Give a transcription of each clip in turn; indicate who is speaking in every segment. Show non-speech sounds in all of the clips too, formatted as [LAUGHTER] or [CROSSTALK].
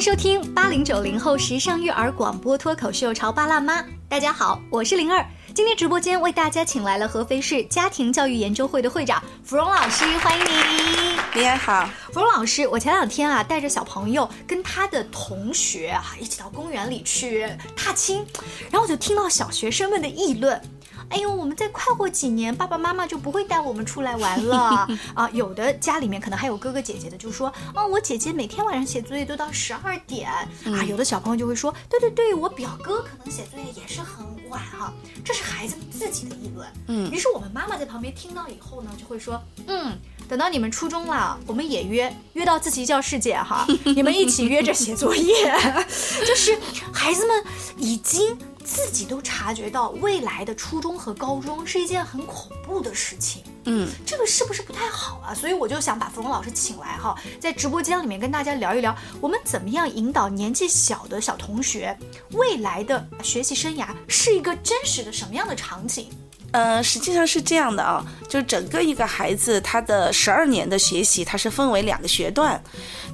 Speaker 1: 收听八零九零后时尚育儿广播脱口秀《潮爸辣妈》，大家好，我是灵儿。今天直播间为大家请来了合肥市家庭教育研究会的会长芙蓉老师，欢迎您。
Speaker 2: 你好，
Speaker 1: 芙蓉老师，我前两天啊带着小朋友跟他的同学啊一起到公园里去踏青，然后我就听到小学生们的议论。哎呦，我们再快活几年，爸爸妈妈就不会带我们出来玩了啊！有的家里面可能还有哥哥姐姐的，就说啊，我姐姐每天晚上写作业都到十二点、啊。有的小朋友就会说，对对对，我表哥可能写作业也是很晚哈、这是孩子们自己的议论。
Speaker 2: 嗯
Speaker 1: 于是我们妈妈在旁边听到以后呢，就会说，嗯。等到你们初中了，我们也约约到自习教室见哈， [LAUGHS] 你们一起约着写作业。 [LAUGHS] 就是孩子们已经自己都察觉到，未来的初中和高中是一件很恐怖的事情，
Speaker 2: 嗯，
Speaker 1: 这个是不是不太好啊？所以我就想把芙蓉老师请来哈，在直播间里面跟大家聊一聊，我们怎么样引导年纪小的小同学，未来的学习生涯是一个真实的什么样的场景？
Speaker 2: 呃，实际上是这样的啊，就是整个一个孩子他的十二年的学习，它是分为两个学段，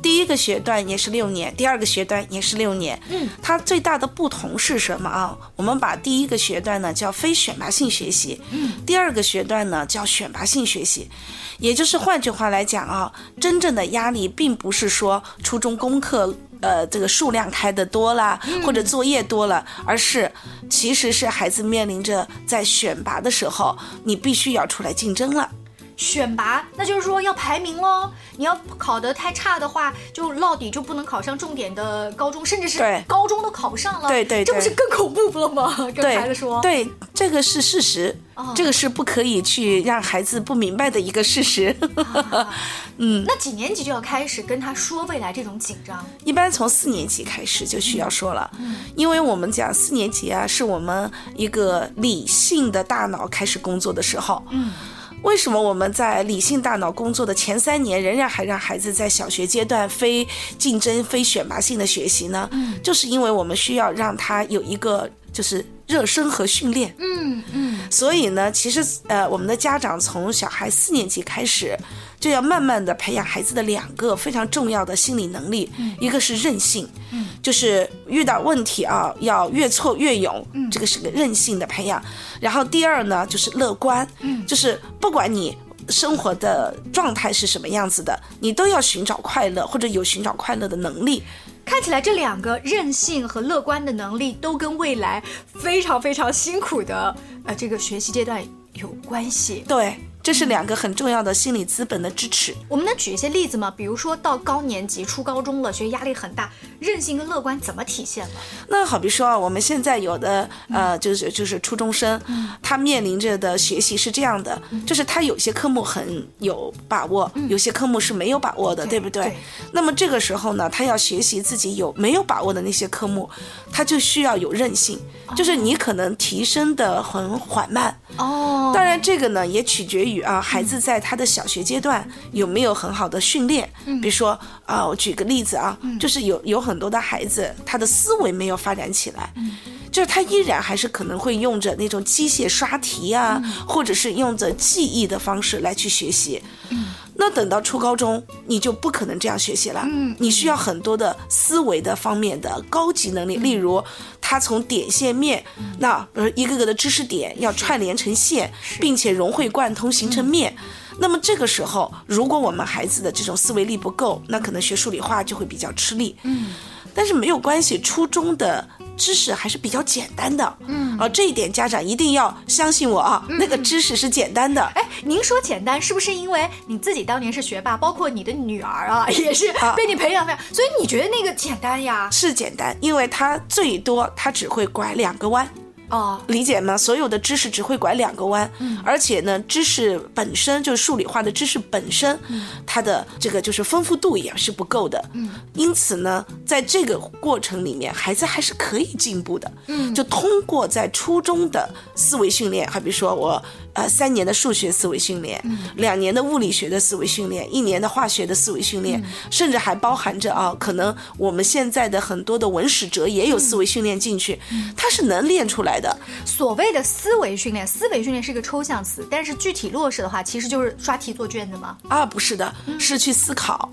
Speaker 2: 第一个学段也是六年，第二个学段也是六年。
Speaker 1: 嗯，
Speaker 2: 它最大的不同是什么啊？我们把第一个学段呢叫非选拔性学习，嗯，第二个学段呢叫选拔性学习，也就是换句话来讲啊，真正的压力并不是说初中功课。呃，这个数量开的多啦，或
Speaker 1: 嗯
Speaker 2: 者作业多了，而是其实是孩子面临着在选拔的时候，你必须要出来竞争了。
Speaker 1: 选拔，那就是说要排名喽。你要考得太差的话，就落底就不能考上重点的高中，甚至是
Speaker 2: 对
Speaker 1: 高中都考不上了。
Speaker 2: 对对对
Speaker 1: 这不是更恐怖了吗？跟
Speaker 2: 对
Speaker 1: 孩子说，哦
Speaker 2: 对，这个是事实，这个是不可以去让孩子不明白的一个事实。 [LAUGHS]
Speaker 1: 那几年级就要开始跟他说未来这种紧张。
Speaker 2: 一般从四年级开始就需要说了，因为我们讲四年级啊，是我们一个理性的大脑开始工作的时候。嗯。为什么我们在理性大脑工作的前三年，仍然还让孩子在小学阶段非竞争、非选拔性的学习呢？嗯，就是因为我们需要让他有一个就是热身和训练。
Speaker 1: 嗯嗯，
Speaker 2: 所以呢，其实呃，我们的家长从小孩四年级开始，就要慢慢的培养孩子的两个非常重要的心理能力，一个是韧性，就是遇到问题啊，要越挫越勇，这个是个韧性的培养。然后第二呢，就是乐观，就是不管你。生活的状态是什么样子的，你都要寻找快乐，或者有寻找快乐的能力。
Speaker 1: 看起来这两个韧性和乐观的能力都跟未来非常非常辛苦的呃这个学习阶段有关系。
Speaker 2: 对，这是两个很重要的心理资本的支持。
Speaker 1: 我们能举一些例子吗？比如说到高年级、初高中了，学习压力很大，韧性跟乐观怎么体现了？
Speaker 2: 那好比说啊，我们现在有的呃，就是就是初中生，他面临着的学习是这样的，就是他有些科目很有把握，有些科目是没有把握的，对不对
Speaker 1: 对？
Speaker 2: 那么这个时候呢，他要学习自己有没有把握的那些科目，他就需要有韧性，就是你可能提升的很缓慢，
Speaker 1: 哦
Speaker 2: 当然，这个呢也取决于啊，孩子在他的小学阶段有没有很好的训练。比如说啊，我举个例子啊，就是有有很多的孩子，他的思维没有发展起来。就是他依然还是可能会用着那种机械刷题啊，或者是用着记忆的方式来去学习。那等到初高中，你就不可能这样学习了。嗯，你需要很多的思维的方面的高级能力，例如他从点线面，那比如一个个的知识点要串联成线，并且融会贯通形成面。那么这个时候，如果我们孩子的这种思维力不够，那可能学数理化就会比较吃力。嗯，但是没有关系，初中的知识还是比较简单的。嗯，啊，这一点家长一定要相信我啊，那个知识是简单的。
Speaker 1: 哎，您说简单是不是因为你自己当年是学霸，包括你的女儿啊，也是
Speaker 2: 啊
Speaker 1: 被你培养的，所以你觉得那个简单呀？
Speaker 2: 是简单，因为它最多它只会拐两个弯，
Speaker 1: 哦，
Speaker 2: 理解吗？所有的知识只会拐两个弯，而且呢，知识本身就是数理化的知识本身，它的这个就是丰富度也是不够的，因此呢，在这个过程里面，孩子还是可以进步的，就通过在初中的思维训练，好比说我。呃，三年的数学思维训练，两年的物理学的思维训练，一年的化学的思维训练，甚至还包含着啊，可能我们现在的很多的文史哲也有思维训练进去，它是能练出来的。
Speaker 1: 所谓的思维训练，思维训练是一个抽象词，但是具体落实的话，其实就是刷题做卷子嘛。
Speaker 2: 啊，不是的，是去思考，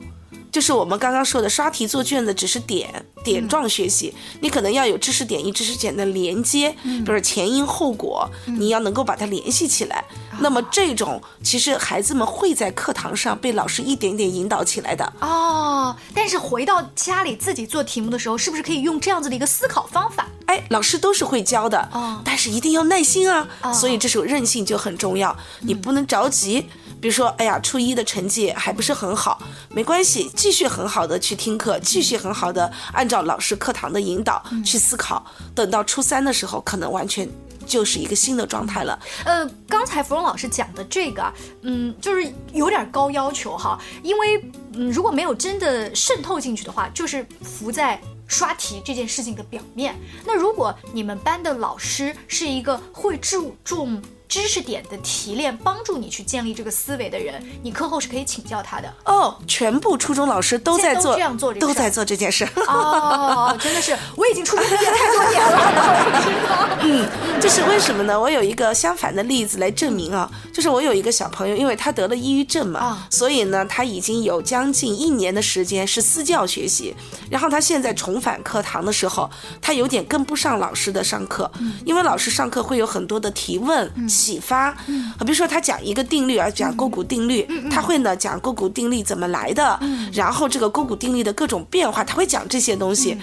Speaker 2: 就是我们刚刚说的刷题做卷子只是点，点状学习，你可能要有知识点与知识点的连接，比如说前因后果，你要能够把它联系起来。那么这种其实孩子们会在课堂上被老师一点点引导起来的。
Speaker 1: 哦，但是回到家里自己做题目的时候，是不是可以用这样子的一个思考方法？
Speaker 2: 哎，老师都是会教的，
Speaker 1: 哦
Speaker 2: 但是一定要耐心啊。
Speaker 1: 哦嗯
Speaker 2: 所以这时候韧性就很重要，你不能着急。比如说，哎呀，初一的成绩还不是很好，没关系，继续很好的去听课，继续很好的按照老师课堂的引导
Speaker 1: 嗯
Speaker 2: 去思考。等到初三的时候，可能完全就是一个新的状态了。
Speaker 1: 呃，刚才芙蓉老师讲的这个，嗯，就是有点高要求哈，因为嗯，如果没有真的渗透进去的话，就是浮在。刷题这件事情的表面。那如果你们班的老师是一个会注重知识点的提炼，帮助你去建立这个思维的人，你课后是可以请教他的。
Speaker 2: 哦，全部初中老师都
Speaker 1: 现在
Speaker 2: 在
Speaker 1: 都
Speaker 2: 做，
Speaker 1: 这样做这个
Speaker 2: 都
Speaker 1: 事儿
Speaker 2: 在做这件事。
Speaker 1: 哦，真的是，我已经初中毕业太多年了，然后我不知道。
Speaker 2: 这是为什么呢？我有一个相反的例子来证明啊，就是我有一个小朋友，因为他得了抑郁症嘛，
Speaker 1: 啊
Speaker 2: 所以呢，他已经有将近一年的时间是私教学习，然后他现在重返课堂的时候，他有点跟不上老师的上课，因为老师上课会有很多的提问、启发，比如说他讲一个定律啊，讲勾股定律，他会呢讲勾股定律怎么来的，然后这个勾股定律的各种变化，他会讲这些东西。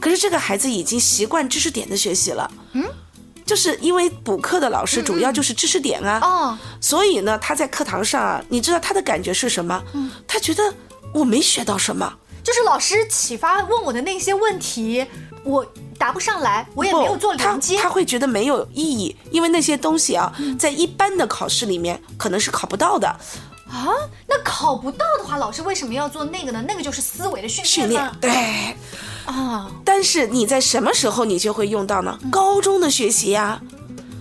Speaker 2: 可是这个孩子已经习惯知识点的学习了，就是因为补课的老师主要就是知识点啊，
Speaker 1: 嗯哦，
Speaker 2: 所以呢，他在课堂上啊，你知道他的感觉是什么？
Speaker 1: 嗯
Speaker 2: 他觉得我没学到什么。
Speaker 1: 就是老师启发问我的那些问题，我答不上来，我也没有做
Speaker 2: 他
Speaker 1: 连接。嗯
Speaker 2: 他会觉得没有意义，因为那些东西啊，在一般的考试里面可能是考不到的。
Speaker 1: 啊，那考不到的话，老师为什么要做那个呢？那个就是思维的训
Speaker 2: 训
Speaker 1: 练
Speaker 2: 练
Speaker 1: 吗？
Speaker 2: 对，
Speaker 1: 啊，
Speaker 2: 但是你在什么时候你就会用到呢？
Speaker 1: 嗯
Speaker 2: 高中的学习啊呀、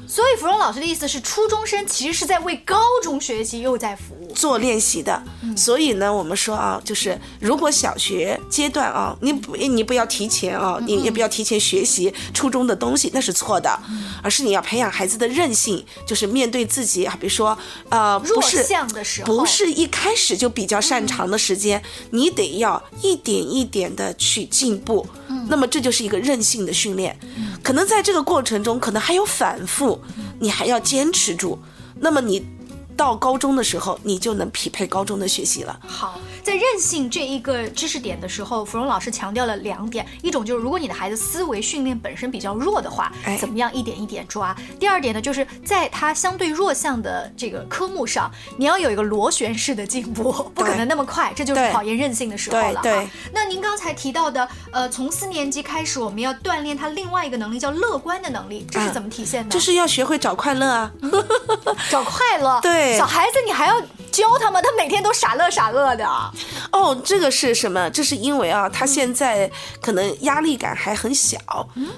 Speaker 1: 所以芙蓉老师的意思是，初中生其实是在为高中学习又在服务。
Speaker 2: 做练习的。
Speaker 1: 嗯
Speaker 2: 所以呢，我们说啊，就是如果小学阶段啊，你不你不要提前啊，
Speaker 1: 嗯
Speaker 2: 你也不要提前学习初中的东西，那是错的，
Speaker 1: 嗯
Speaker 2: 而是你要培养孩子的韧性，就是面对自己啊，比如说呃，
Speaker 1: 弱
Speaker 2: 不是
Speaker 1: 项的时候，
Speaker 2: 不是一开始就比较擅长的时间，你得要一点一点的去进步。那么这就是一个韧性的训练，可能在这个过程中，可能还有反复，你还要坚持住。那么你到高中的时候，你就能匹配高中的学习了。
Speaker 1: 好，在任性这一个知识点的时候，芙蓉老师强调了两点，一种就是如果你的孩子思维训练本身比较弱的话，
Speaker 2: 哎
Speaker 1: 怎么样一点一点抓；第二点呢，就是在他相对弱项的这个科目上，你要有一个螺旋式的进步， [LAUGHS] 不可能那么快，这就是
Speaker 2: 对
Speaker 1: 考验韧性的时候了。
Speaker 2: 对
Speaker 1: 哈
Speaker 2: 对
Speaker 1: 那您刚才提到的，呃，从四年级开始，我们要锻炼他另外一个能力，叫乐观的能力，这是
Speaker 2: 嗯
Speaker 1: 怎么体现的？
Speaker 2: 就是要学会找快乐啊！
Speaker 1: 找快乐。
Speaker 2: 对
Speaker 1: 小孩子你还要教他吗？他每天都傻乐傻乐的。
Speaker 2: 哦，这个是什么？这是因为啊，他
Speaker 1: 嗯
Speaker 2: 现在可能压力感还很小，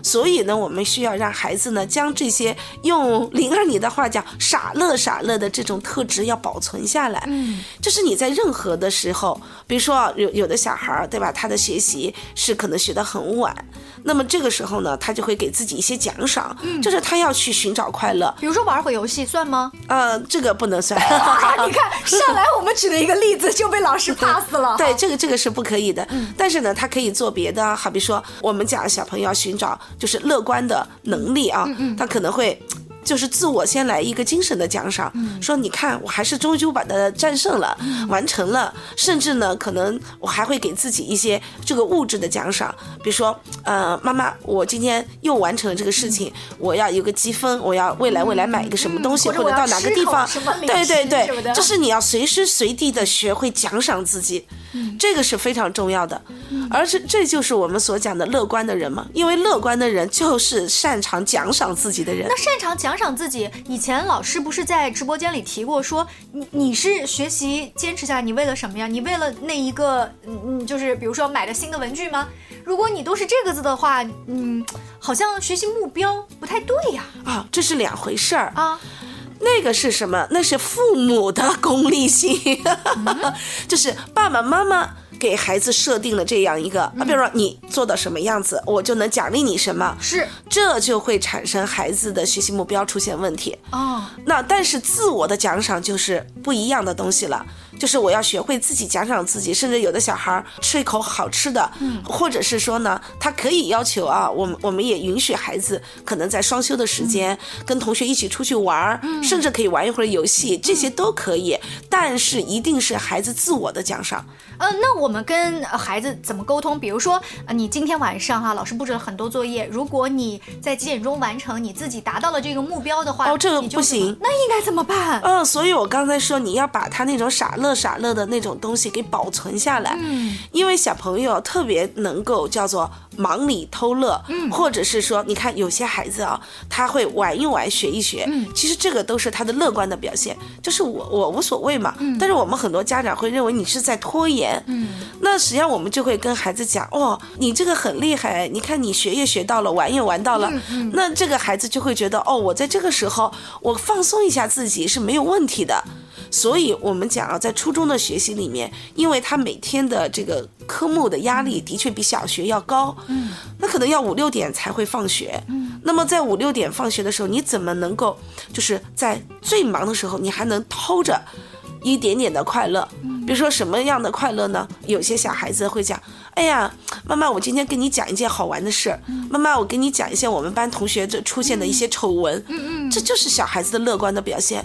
Speaker 2: 所以呢，我们需要让孩子呢，将这些用灵儿你的话讲“傻乐傻乐”的这种特质要保存下来。嗯，就是你在任何的时候，比如说啊有有的小孩儿，对吧？他的学习是可能学得很晚，那么这个时候呢，他就会给自己一些奖赏，
Speaker 1: 嗯
Speaker 2: 就是他要去寻找快乐。
Speaker 1: 比如说玩会游戏算吗？
Speaker 2: 呃，这个不能算。
Speaker 1: 啊， [LAUGHS] 你
Speaker 2: [LAUGHS]
Speaker 1: 看，上来我们举了一个例子就被老师 pass 了。
Speaker 2: 对，这个这个是不可以的。
Speaker 1: 嗯
Speaker 2: 但是呢，他可以做别的啊，好比说我们讲小朋友要寻找就是乐观的能力
Speaker 1: 嗯
Speaker 2: 啊，他可能会。就是自我先来一个精神的奖赏，
Speaker 1: 嗯
Speaker 2: 说你看我还是终究把它战胜了，完成了，甚至呢，可能我还会给自己一些这个物质的奖赏，比如说，呃，妈妈，我今天又完成了这个
Speaker 1: 嗯
Speaker 2: 事情，我要有个积分，我要未来未来买一个什么东西，
Speaker 1: 或者我
Speaker 2: 到
Speaker 1: 要
Speaker 2: 哪个
Speaker 1: 吃
Speaker 2: 地
Speaker 1: 口
Speaker 2: 方
Speaker 1: 什么，零食
Speaker 2: 对对
Speaker 1: 什么
Speaker 2: 对，
Speaker 1: 的
Speaker 2: 就是你要随时随地的学会奖赏自己，
Speaker 1: 嗯
Speaker 2: 这个是非常重要的。而这这就是我们所讲的乐观的人嘛，因为乐观的人就是擅长奖赏自己的人
Speaker 1: 那。擅长奖赏自己，以前老师不是在直播间里提过说，你你是学习坚持下来，你为了什么呀？你为了那一个，嗯嗯，就是比如说买了新的文具吗？如果你都是这个字的话，嗯，好像学习目标不太对呀。
Speaker 2: 啊、这是两回事儿。
Speaker 1: 啊，
Speaker 2: 那个是什
Speaker 1: 嗯
Speaker 2: [LAUGHS] 么？那是父母的功利性，就是爸爸妈妈给孩子设定了这样一个、
Speaker 1: 嗯
Speaker 2: 啊，比如说你做到什么样子，我就能奖励你什么，
Speaker 1: 是
Speaker 2: 这就会产生孩子的学习目标出现问题。
Speaker 1: 哦，
Speaker 2: 那但是自我的奖赏就是不一样的东西了，就是我要学会自己奖赏自己，甚至有的小孩儿吃一口好吃的，嗯，或者是说呢，他可以要求啊，我们我们也允许孩子可能在双休的时间、跟同学一起出去玩儿，甚至可以玩一会儿游戏，这些都可以，但是一定是孩子自我的奖赏。
Speaker 1: 呃，那我们跟呃孩子怎么沟通？比如说，呃，你今天晚上哈、老师布置了很多作业，如果你在几点钟完成，你自己达到了这个目标的话，
Speaker 2: 哦这个
Speaker 1: 你就
Speaker 2: 不
Speaker 1: 怎么
Speaker 2: 行
Speaker 1: 那应该怎么办？
Speaker 2: 嗯，所以我刚才说你要把他那种傻乐傻乐的那种东西给保存下来，
Speaker 1: 嗯，
Speaker 2: 因为小朋友特别能够叫做忙里偷乐，嗯，或者是说，你看有些孩子啊，他会玩一玩，学一学，嗯，其实这个都是他的乐观的表现，就是我我无所谓嘛，嗯，但是我们很多家长会认为你是在拖延，嗯，那实际上我们就会跟孩子讲，哦，你这个很厉害，你看你学也学到了，玩也玩到了，那这个孩子就会觉得，哦，我在这个时候我放松一下自己是没有问题的。所以我们讲啊，在初中的学习里面，因为他每天的这个科目的压力的确比小学要高，嗯，那可能要五六点才会放学，嗯，那么在五六点放学的时候，你怎么能够就是在最忙的时候，你还能偷着一点点的快乐？比如说什么样的快乐呢？有些小孩子会讲，哎呀，妈妈，我今天跟你讲一件好玩的事儿，妈妈，我跟你讲一些我们班同学这出现的一些丑闻，嗯哦嗯，这就是小孩子的乐观的表现。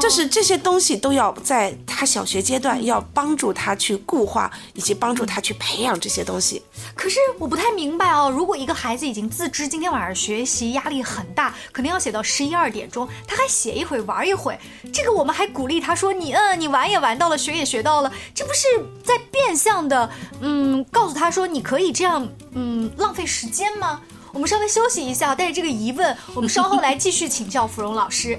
Speaker 2: 就是这些东西都要在他小学阶段要帮助他去固化，以及帮助他去培养这些东西。
Speaker 1: 可是我不太明白哦，如果一个孩子已经自知今天晚上学习压力很大，可能要写到十一二点钟，他还写一会玩一会，这个我们还鼓励他说你嗯，你玩也玩到了，学也学到了，这不是在变相的嗯告诉他说你可以这样嗯浪费时间吗？我们稍微休息一下，带着这个疑问，我们稍后来继续请教芙蓉老师。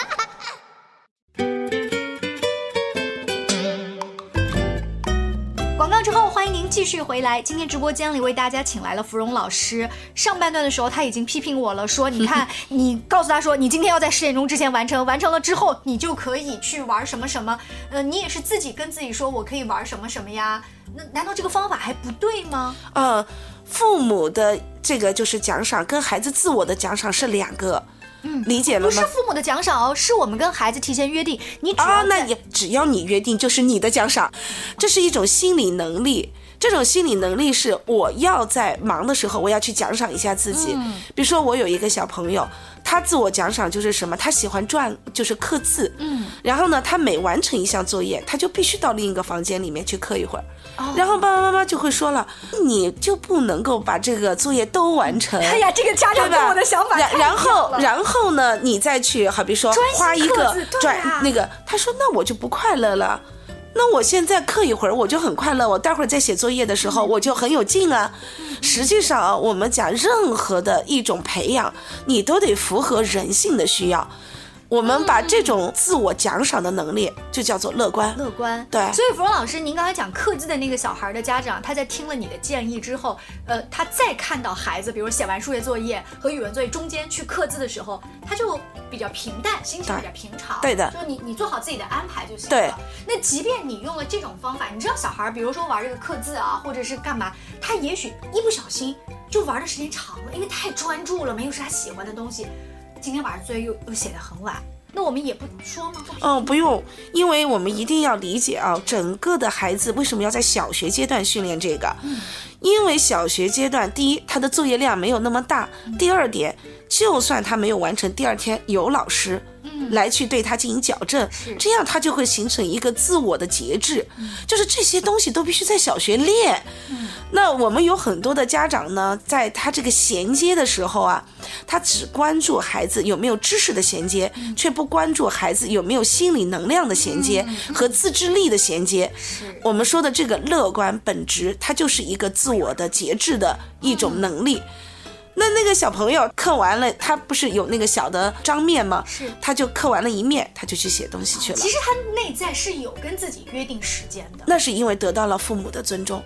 Speaker 1: 广告之后，欢迎您继续回来。今天直播间里为大家请来了芙蓉老师。上半段的时候，他已经批评我了，说：“你
Speaker 2: [LAUGHS]
Speaker 1: 看，你告诉他说，你今天要在十点钟之前完成，完成了之后，你就可以去玩什么什么。呃，你也是自己跟自己说，我可以玩什么什么呀？那难道这个方法还不对吗？
Speaker 2: 呃，父母的这个就是奖赏，跟孩子自我的奖赏是两个，嗯，理解了
Speaker 1: 不
Speaker 2: 吗
Speaker 1: 是？父母的奖赏哦，是我们跟孩子提前约定，你只
Speaker 2: 啊
Speaker 1: 要，
Speaker 2: 那
Speaker 1: 在
Speaker 2: 也只要你约定就是你的奖赏，这是一种心理能力。这种心理能力是我要在忙的时候，我要去奖赏一下自己。
Speaker 1: 嗯
Speaker 2: 比如说，我有一个小朋友，他自我奖赏就是什么？他喜欢转，就是刻字。嗯。然后呢，他每完成一项作业，他就必须到另一个房间里面去刻一会儿。
Speaker 1: 哦
Speaker 2: 然后爸爸妈妈就会说了，你就不能够把这个作业都完成。
Speaker 1: 哎呀，这个家
Speaker 2: 对
Speaker 1: 长
Speaker 2: 吧？
Speaker 1: 跟我的想法
Speaker 2: 然
Speaker 1: 太
Speaker 2: 然后
Speaker 1: 不一样了
Speaker 2: 然后呢，你再去，好比说
Speaker 1: 专心
Speaker 2: 花一
Speaker 1: 刻
Speaker 2: 个
Speaker 1: 字对啊
Speaker 2: 转
Speaker 1: 呀
Speaker 2: 那个，他说那我就不快乐了。那我现在刻一会儿，我就很快乐。我待会儿在写作业的时
Speaker 1: 嗯
Speaker 2: 候，我就很有劲啊。实际上啊，我们讲任何的一种培养，你都得符合人性的需要。我们
Speaker 1: 嗯
Speaker 2: 把这种自我奖赏的能力就叫做乐观。
Speaker 1: 乐观。
Speaker 2: 对
Speaker 1: 所以芙蓉老师，您刚才讲刻字的那个小孩的家长，他在听了你的建议之后，呃，他再看到孩子，比如写完数学作业和语文作业中间去刻字的时候，他就比较平淡，心情
Speaker 2: 对
Speaker 1: 比较平常。
Speaker 2: 对的
Speaker 1: 就是你你做好自己的安排就行了。
Speaker 2: 对。
Speaker 1: 那即便你用了这种方法，你知道小孩，比如说玩这个刻字啊，或者是干嘛，他也许一不小心就玩的时间长了，因为太专注了，没有是他喜欢的东西。今天晚上作业又又写得很晚，那我们也不说吗？不评
Speaker 2: 嗯，不用，因为我们一定要理解啊，整个的孩子为什么要在小学阶段训练这个？因为小学阶段，第一，他的作业量没有那么大；第二点，就算他没有完成，第二天有老师，来去对他进行矫正，这样他就会形成一个自我的节制，就是这些东西都必须在小学练。那我们有很多的家长呢，在他这个衔接的时候啊，他只关注孩子有没有知识的衔接，却不关注孩子有没有心理能量的衔接和自制力的衔接。我们说的这个乐观本质，它就是一个自我的节制的一种
Speaker 1: 嗯
Speaker 2: 能力。那那个小朋友刻完了，他不是有那个小的章面吗？
Speaker 1: 是
Speaker 2: 他就刻完了一面，他就去写东西去了。
Speaker 1: 其实他内在是有跟自己约定时间的。啊
Speaker 2: 那是因为得到了父母的尊重。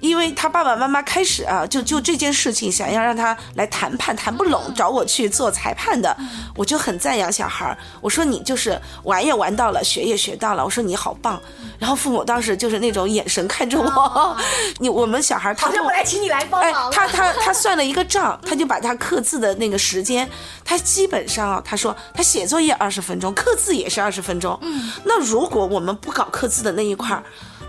Speaker 2: 因为他爸爸妈妈开始啊，就就这件事情想要让他来谈判，谈不
Speaker 1: 嗯
Speaker 2: 拢，找我去做裁判的，我就很赞扬小孩儿。我说你就是玩也玩到了，学也学到了，我说你好棒。
Speaker 1: 嗯
Speaker 2: 然后父母当时就是那种眼神看着我， [LAUGHS] 你我们小孩儿他
Speaker 1: 啊好像
Speaker 2: 不
Speaker 1: 我来请你来帮
Speaker 2: 哎
Speaker 1: 忙，了。
Speaker 2: 他他他算了一个账，他就把他刻字的那个时
Speaker 1: 嗯
Speaker 2: 间，他基本上啊，他说他写作业二十分钟，刻字也是二十分钟。嗯，那如果我们不搞刻字的那一块儿，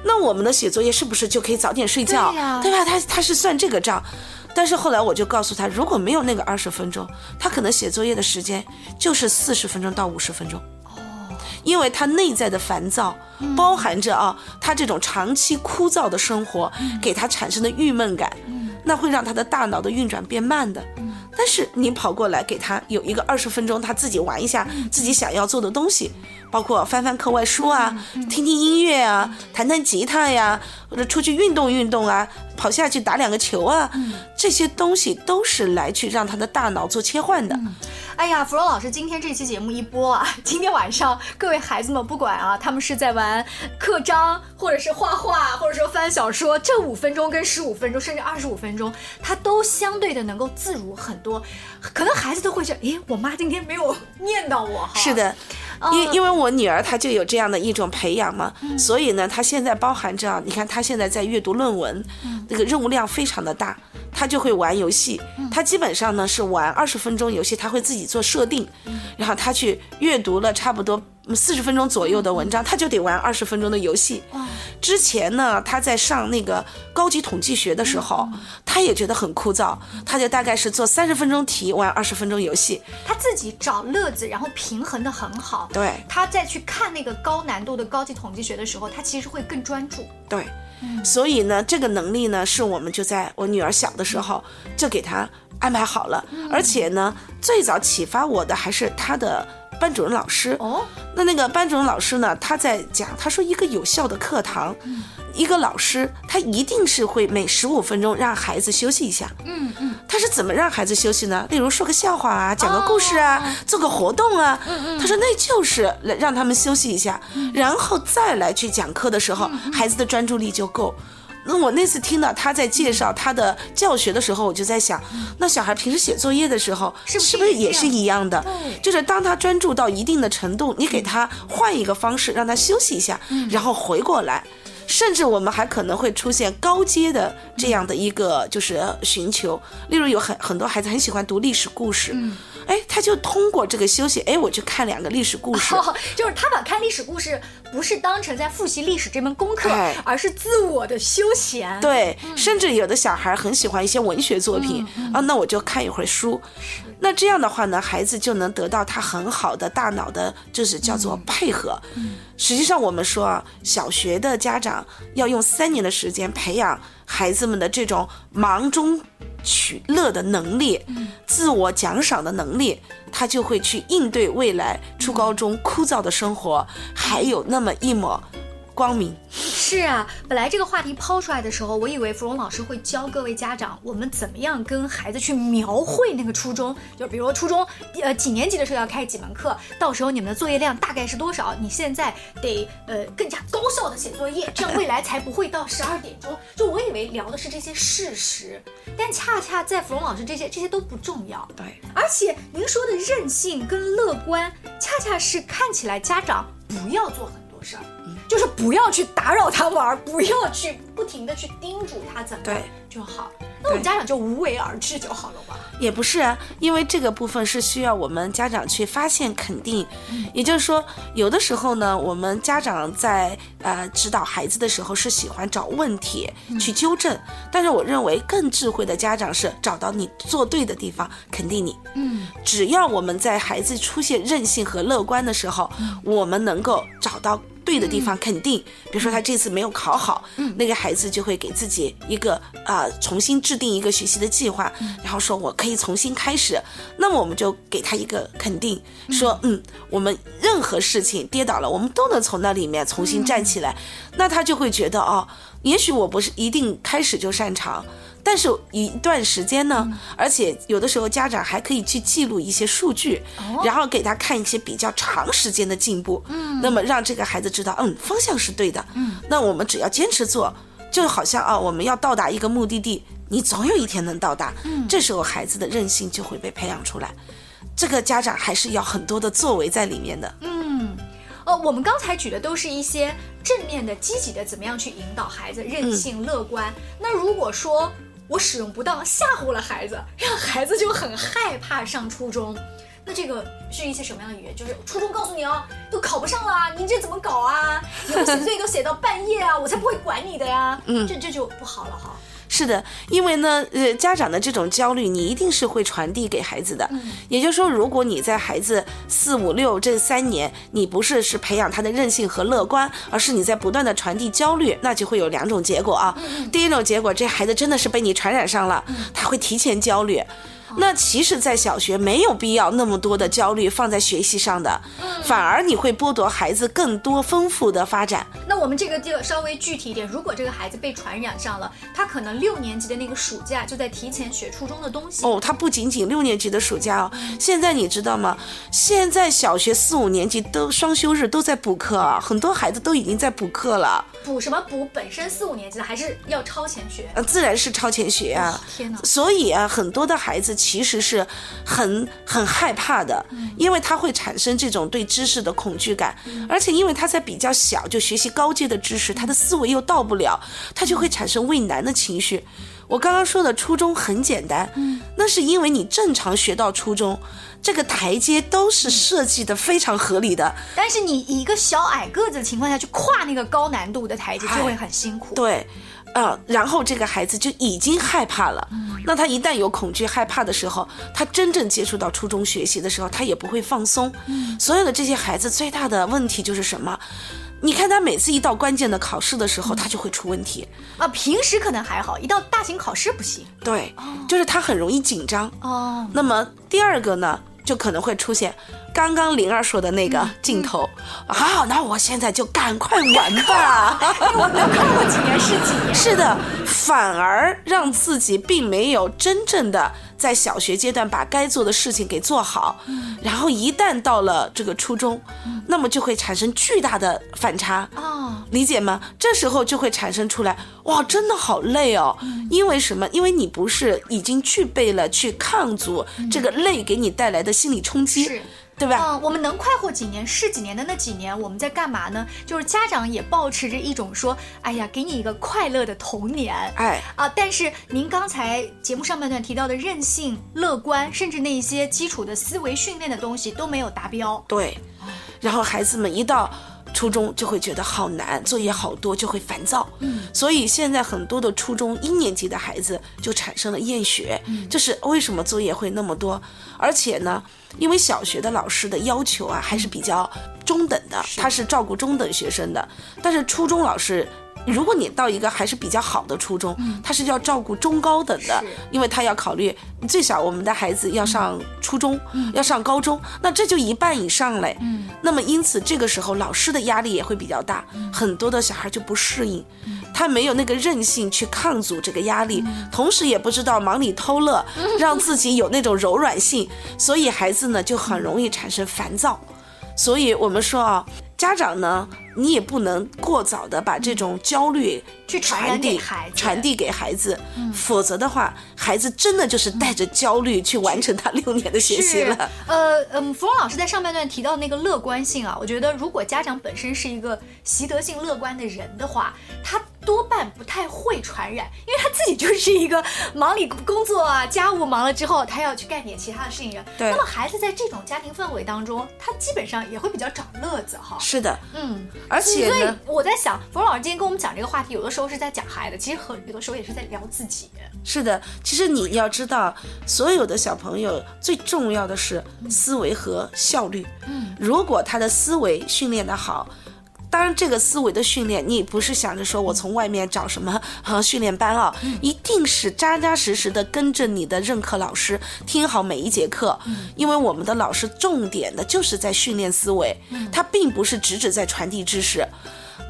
Speaker 2: 那我们的写作业是不是就可以早点睡觉？
Speaker 1: 嗯对呀
Speaker 2: 吧？他他是算这个账。但是后来我就告诉他，如果没有那个二十分钟，他可能写作业的时间就是四十分钟到五十分钟。
Speaker 1: 哦
Speaker 2: 因为他内在的烦躁，
Speaker 1: 嗯
Speaker 2: 包含着啊，他这种长期枯燥的生活
Speaker 1: 嗯
Speaker 2: 给他产生的郁闷感，那会让他的大脑的运转变慢的。但是你跑过来给他有一个二十分钟，他自己玩一下自己想要做的东西，包括翻翻课外书啊，听听音乐啊，弹弹吉他呀，或者出去运动运动啊，跑下去打两个球啊，这些东西都是来去让他的大脑做切换的。
Speaker 1: 哎呀，芙蓉老师，今天这期节目一播啊， [LAUGHS] 今天晚上各位孩子们，不管啊，他们是在玩刻章，或者是画画，或者说翻小说，这五分钟跟十五分钟，甚至二十五分钟，他都相对的能够自如很多。可能孩子都会觉得，诶，我妈今天没有念叨我哈。嗯
Speaker 2: 是，的，
Speaker 1: 哦
Speaker 2: 因因为我女儿她就有这样的一种培养嘛，所以呢，她现在包含着啊，你看她现在在阅读论文，那个任务量非常的大，她就会玩游戏，她基本上呢是玩二十分钟游戏，她会自己做设定，然后她去阅读了差不多。嗯四十分钟左右的文章，她就得玩二十分钟的游戏。之前呢，她在上那个高级统计学的时候，她也觉得很枯燥，她就大概是做三十分钟题，玩二十分钟游戏。
Speaker 1: 他自己找乐子，然后平衡的很好。
Speaker 2: 对
Speaker 1: 他再去看那个高难度的高级统计学的时候，他其实会更专注。
Speaker 2: 对，所以呢，这个能力呢，是我们就在我女儿小的时候就给她安排好了，而且呢，最早启发我的还是她的班主任老师。
Speaker 1: 哦，
Speaker 2: 那那个班主任老师呢，他在讲，他说一个有效的课堂，一个老师他一定是会每十五分钟让孩子休息一下。嗯嗯，他是怎么让孩子休息呢？例如说个笑话
Speaker 1: 哦
Speaker 2: 啊，讲个故事啊，做个活动啊。
Speaker 1: 嗯
Speaker 2: 他说那就是来让他们休息一下，然后再来去讲课的时
Speaker 1: 嗯
Speaker 2: 候，孩子的专注力就够。那我那次听到他在介绍他的教学的时候，我就在想，那小孩平时写作业的时候，
Speaker 1: 嗯是不是
Speaker 2: 是不是
Speaker 1: 也
Speaker 2: 也
Speaker 1: 这
Speaker 2: 是
Speaker 1: 样
Speaker 2: 一样的？就是当他专注到一定的程度，你给他换一个方式，让他休息一下，然后回过来。甚至我们还可能会出现高阶的这样的一个就是寻求，例如有很很多孩子很喜欢读历史故事，哎，他就通过这个休息，哎，我去看两个历史故
Speaker 1: [LAUGHS]
Speaker 2: 事，
Speaker 1: 哦，就是他把看历史故事不是当成在复习历史这门功课
Speaker 2: 哎，
Speaker 1: 而是自我的休闲。，
Speaker 2: 对，甚至有的小孩很喜欢一些文学作品、啊，那我就看一会儿书。那这样的话呢，孩子就能得到他很好的大脑的，就是叫做配合。实际上，我们说啊，小学的家长要用三年的时间培养孩子们的这种忙中取乐的能力，自我奖赏的能力，他就会去应对未来初高中枯燥的生活，还有那么一抹光明。
Speaker 1: 是啊。本来这个话题抛出来的时候，我以为芙蓉老师会教各位家长，我们怎么样跟孩子去描绘那个初中，就比如说初中，呃，几年级的时候要开几门课，到时候你们的作业量大概是多少？你现在得呃更加高效的写作业，这样未来才不会到十二点钟。就我以为聊的是这些事实，但恰恰在芙蓉老师这些这些都不重要。
Speaker 2: 对。
Speaker 1: 而且您说的韧性跟乐观，恰恰是看起来家长不要做很多事儿，就是不要去打扰他玩，不要去不停的去叮嘱他怎么
Speaker 2: 对
Speaker 1: 就好。那我们家长就无为而治就好了嘛。
Speaker 2: 也不是、啊，因为这个部分是需要我们家长去发现、肯定。也就是说，有的时候呢，我们家长在呃指导孩子的时候是喜欢找问题去纠正，但是我认为更智慧的家长是找到你做对的地方，肯定你。嗯，只要我们在孩子出现任性和乐观的时候，我们能够找到。对的地方肯定，比如说他这次没有考好，那个孩子就会给自己一个啊、呃重新制定一个学习的计划，然后说我可以重新开始。那么我们就给他一个肯定，说嗯，我们任何事情跌倒了，我们都能从那里面重新站起来。那他就会觉得哦，也许我不是一定开始就擅长。但是一段时间呢，而且有的时候家长还可以去记录一些数据，然后给他看一些比较长时间的进步，哦嗯，那么让这个孩子知道，嗯，方向是对的，嗯，那我们只要坚持做，就好像啊，我们要到达一个目的地，你总有一天能到达，嗯，这时候孩子的韧性就会被培养出来，这个家长还是要很多的作为在里面的，
Speaker 1: 呃，我们刚才举的都是一些正面的、积极的，怎么样去引导孩子任性、乐观。那如果说我使用不当，吓唬了孩子，让孩子就很害怕上初中，那这个是一些什么样的语言？就是初中告诉你哦，都考不上了啊，你这怎么搞啊？你会写作业都写到半夜啊，我才不会管你的呀。嗯，这这就不好了哈。
Speaker 2: 是的，因为呢，呃，家长的这种焦虑，你一定是会传递给孩子的。也就是说，如果你在孩子四五六这三年，你不是是培养他的韧性和乐观，而是你在不断的传递焦虑，那就会有两种结果啊。第一种结果，这孩子真的是被你传染上了，他会提前焦虑。那其实，在小学没有必要那么多的焦虑放在学习上的，反而你会剥夺孩子更多丰富的发展。
Speaker 1: 那我们这个就稍微具体一点，如果这个孩子被传染上了，他可能六年级的那个暑假就在提前学初中的东西。
Speaker 2: 哦，他不仅仅六年级的暑假哦，现在你知道吗？现在小学四五年级都双休日都在补课啊，很多孩子都已经在补课了，
Speaker 1: 补什么补？本身四五年级的还是要超前学。
Speaker 2: 呃，自然是超前学啊。
Speaker 1: 天哪！
Speaker 2: 所以啊，很多的孩子其实是很很害怕的，
Speaker 1: 嗯
Speaker 2: 因为他会产生这种对知识的恐惧感，而且因为他在比较小就学习高阶的知识，他的思维又到不了，他就会产生畏难的情绪。我刚刚说的初中很简单，
Speaker 1: 嗯
Speaker 2: 那是因为你正常学到初中，这个台阶都是设计的非常合理的，
Speaker 1: 但是你以一个小矮个子的情况下去跨那个高难度的台阶，就
Speaker 2: 哎
Speaker 1: 会很辛苦。
Speaker 2: 对，呃，然后这个孩子就已经害怕了。那他一旦有恐惧、害怕的时候，他真正接触到初中学习的时候，他也不会放松。所有的这些孩子最大的问题就是什么？你看他每次一到关键的考试的时候，他就会出问题。
Speaker 1: 啊，平时可能还好，一到大型考试不行。
Speaker 2: 对，就是他很容易紧张。
Speaker 1: 哦，
Speaker 2: 那么第二个呢，就可能会出现刚刚灵儿说的那个镜头。好，那我现在就赶快玩吧。
Speaker 1: 跨过几年是几年。
Speaker 2: 是的，反而让自己并没有真正的在小学阶段把该做的事情给做好，然后一旦到了这个初中，那么就会产生巨大的反差
Speaker 1: 哦
Speaker 2: 理解吗？这时候就会产生出来，哇，真的好累哦，因为什么？因为你不是已经具备了去抗阻这个累给你带来的心理冲击
Speaker 1: 是，
Speaker 2: 对吧？
Speaker 1: 嗯，我们能快活几年是几年的那几年，我们在干嘛呢？就是家长也保持着一种说，哎呀，给你一个快乐的童年。
Speaker 2: 哎，
Speaker 1: 啊，但是您刚才节目上半段提到的韧性、乐观，甚至那一些基础的思维训练的东西都没有达标。
Speaker 2: 对，然后孩子们一到初中就会觉得好难，作业好多，就会烦躁。嗯，所以现在很多的初中一年级的孩子就产生了厌学，就是为什么作业会那么多？而且呢，因为小学的老师的要求啊还是比较中等的，他是照顾中等学生的，但是初中老师。如果你到一个还是比较好的初中，他是要照顾中高等的
Speaker 1: 是，
Speaker 2: 因为他要考虑最少我们的孩子要上初中，要上高中，那这就一半以上嘞。
Speaker 1: 嗯
Speaker 2: 那么因此这个时候老师的压力也会比较大，
Speaker 1: 嗯
Speaker 2: 很多的小孩就不适应，他没有那个韧性去抗阻这个压力，
Speaker 1: 嗯
Speaker 2: 同时也不知道忙里偷乐，让自己有那种柔 [LAUGHS] 软性，所以孩子呢就很容易产生烦躁。所以我们说啊，家长呢，你也不能过早的把这种焦虑
Speaker 1: 去嗯传染
Speaker 2: 传递
Speaker 1: 给孩子嗯
Speaker 2: 传递给孩子，否则的话，孩子真的就是带着焦虑去完成他六年的学习
Speaker 1: 是
Speaker 2: 了。，
Speaker 1: 呃，嗯，芙蓉老师在上半段提到那个乐观性啊，我觉得如果家长本身是一个习得性乐观的人的话，他多半不太会传染，因为他自己就是一个忙里工作啊，家务忙了之后，他要去干点其他的事情人。
Speaker 2: 对
Speaker 1: 那么孩子在这种家庭氛围当中，他基本上也会比较找乐子哈。
Speaker 2: 是的，
Speaker 1: 嗯，
Speaker 2: 而
Speaker 1: 所
Speaker 2: 且
Speaker 1: 以
Speaker 2: 呢，
Speaker 1: 我在想，冯老师今天跟我们讲这个话题，有的时候是在讲孩子，其实和有的时候也是在聊自己。
Speaker 2: 是的，其实你要知道，所有的小朋友最重要的是思维和效率。嗯，如果他的思维训练的好。当然，这个思维的训练，你不是想着说我从外面找什么呃训练班啊，一定是扎扎实实的跟着你的任课老师，听好每一节课，因为我们的老师重点的就是在训练思维，他并不是只只在传递知识。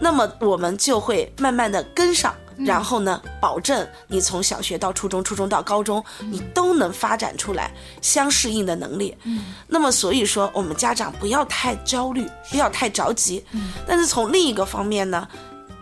Speaker 2: 那么我们就会慢慢的跟上，然后呢，保证你从小学到初中，初中到高中，你都能发展出来相适应的能力。那么所以说，我们家长不要太焦虑，不要太着急。但是从另一个方面呢，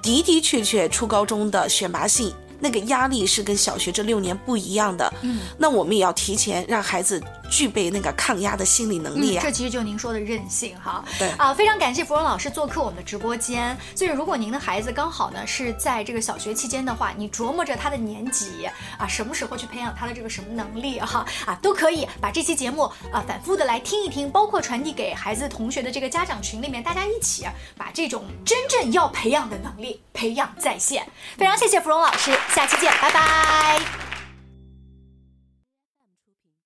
Speaker 2: 的的确确，初高中的选拔性那个压力是跟小学这六年不一样的。嗯，那我们也要提前让孩子具备那个抗压的心理能力
Speaker 1: 嗯
Speaker 2: 啊呀、
Speaker 1: 这其实就是您说的韧性哈。
Speaker 2: 对
Speaker 1: 啊，非常感谢芙蓉老师做客我们的直播间。所以，如果您的孩子刚好呢是在这个小学期间的话，你琢磨着他的年级啊，什么时候去培养他的这个什么能力哈啊，都可以把这期节目啊反复的来听一听，包括传递给孩子同学的这个家长群里面，大家一起啊把这种真正要培养的能力培养在线。非常谢谢芙蓉老师，下期见，拜拜。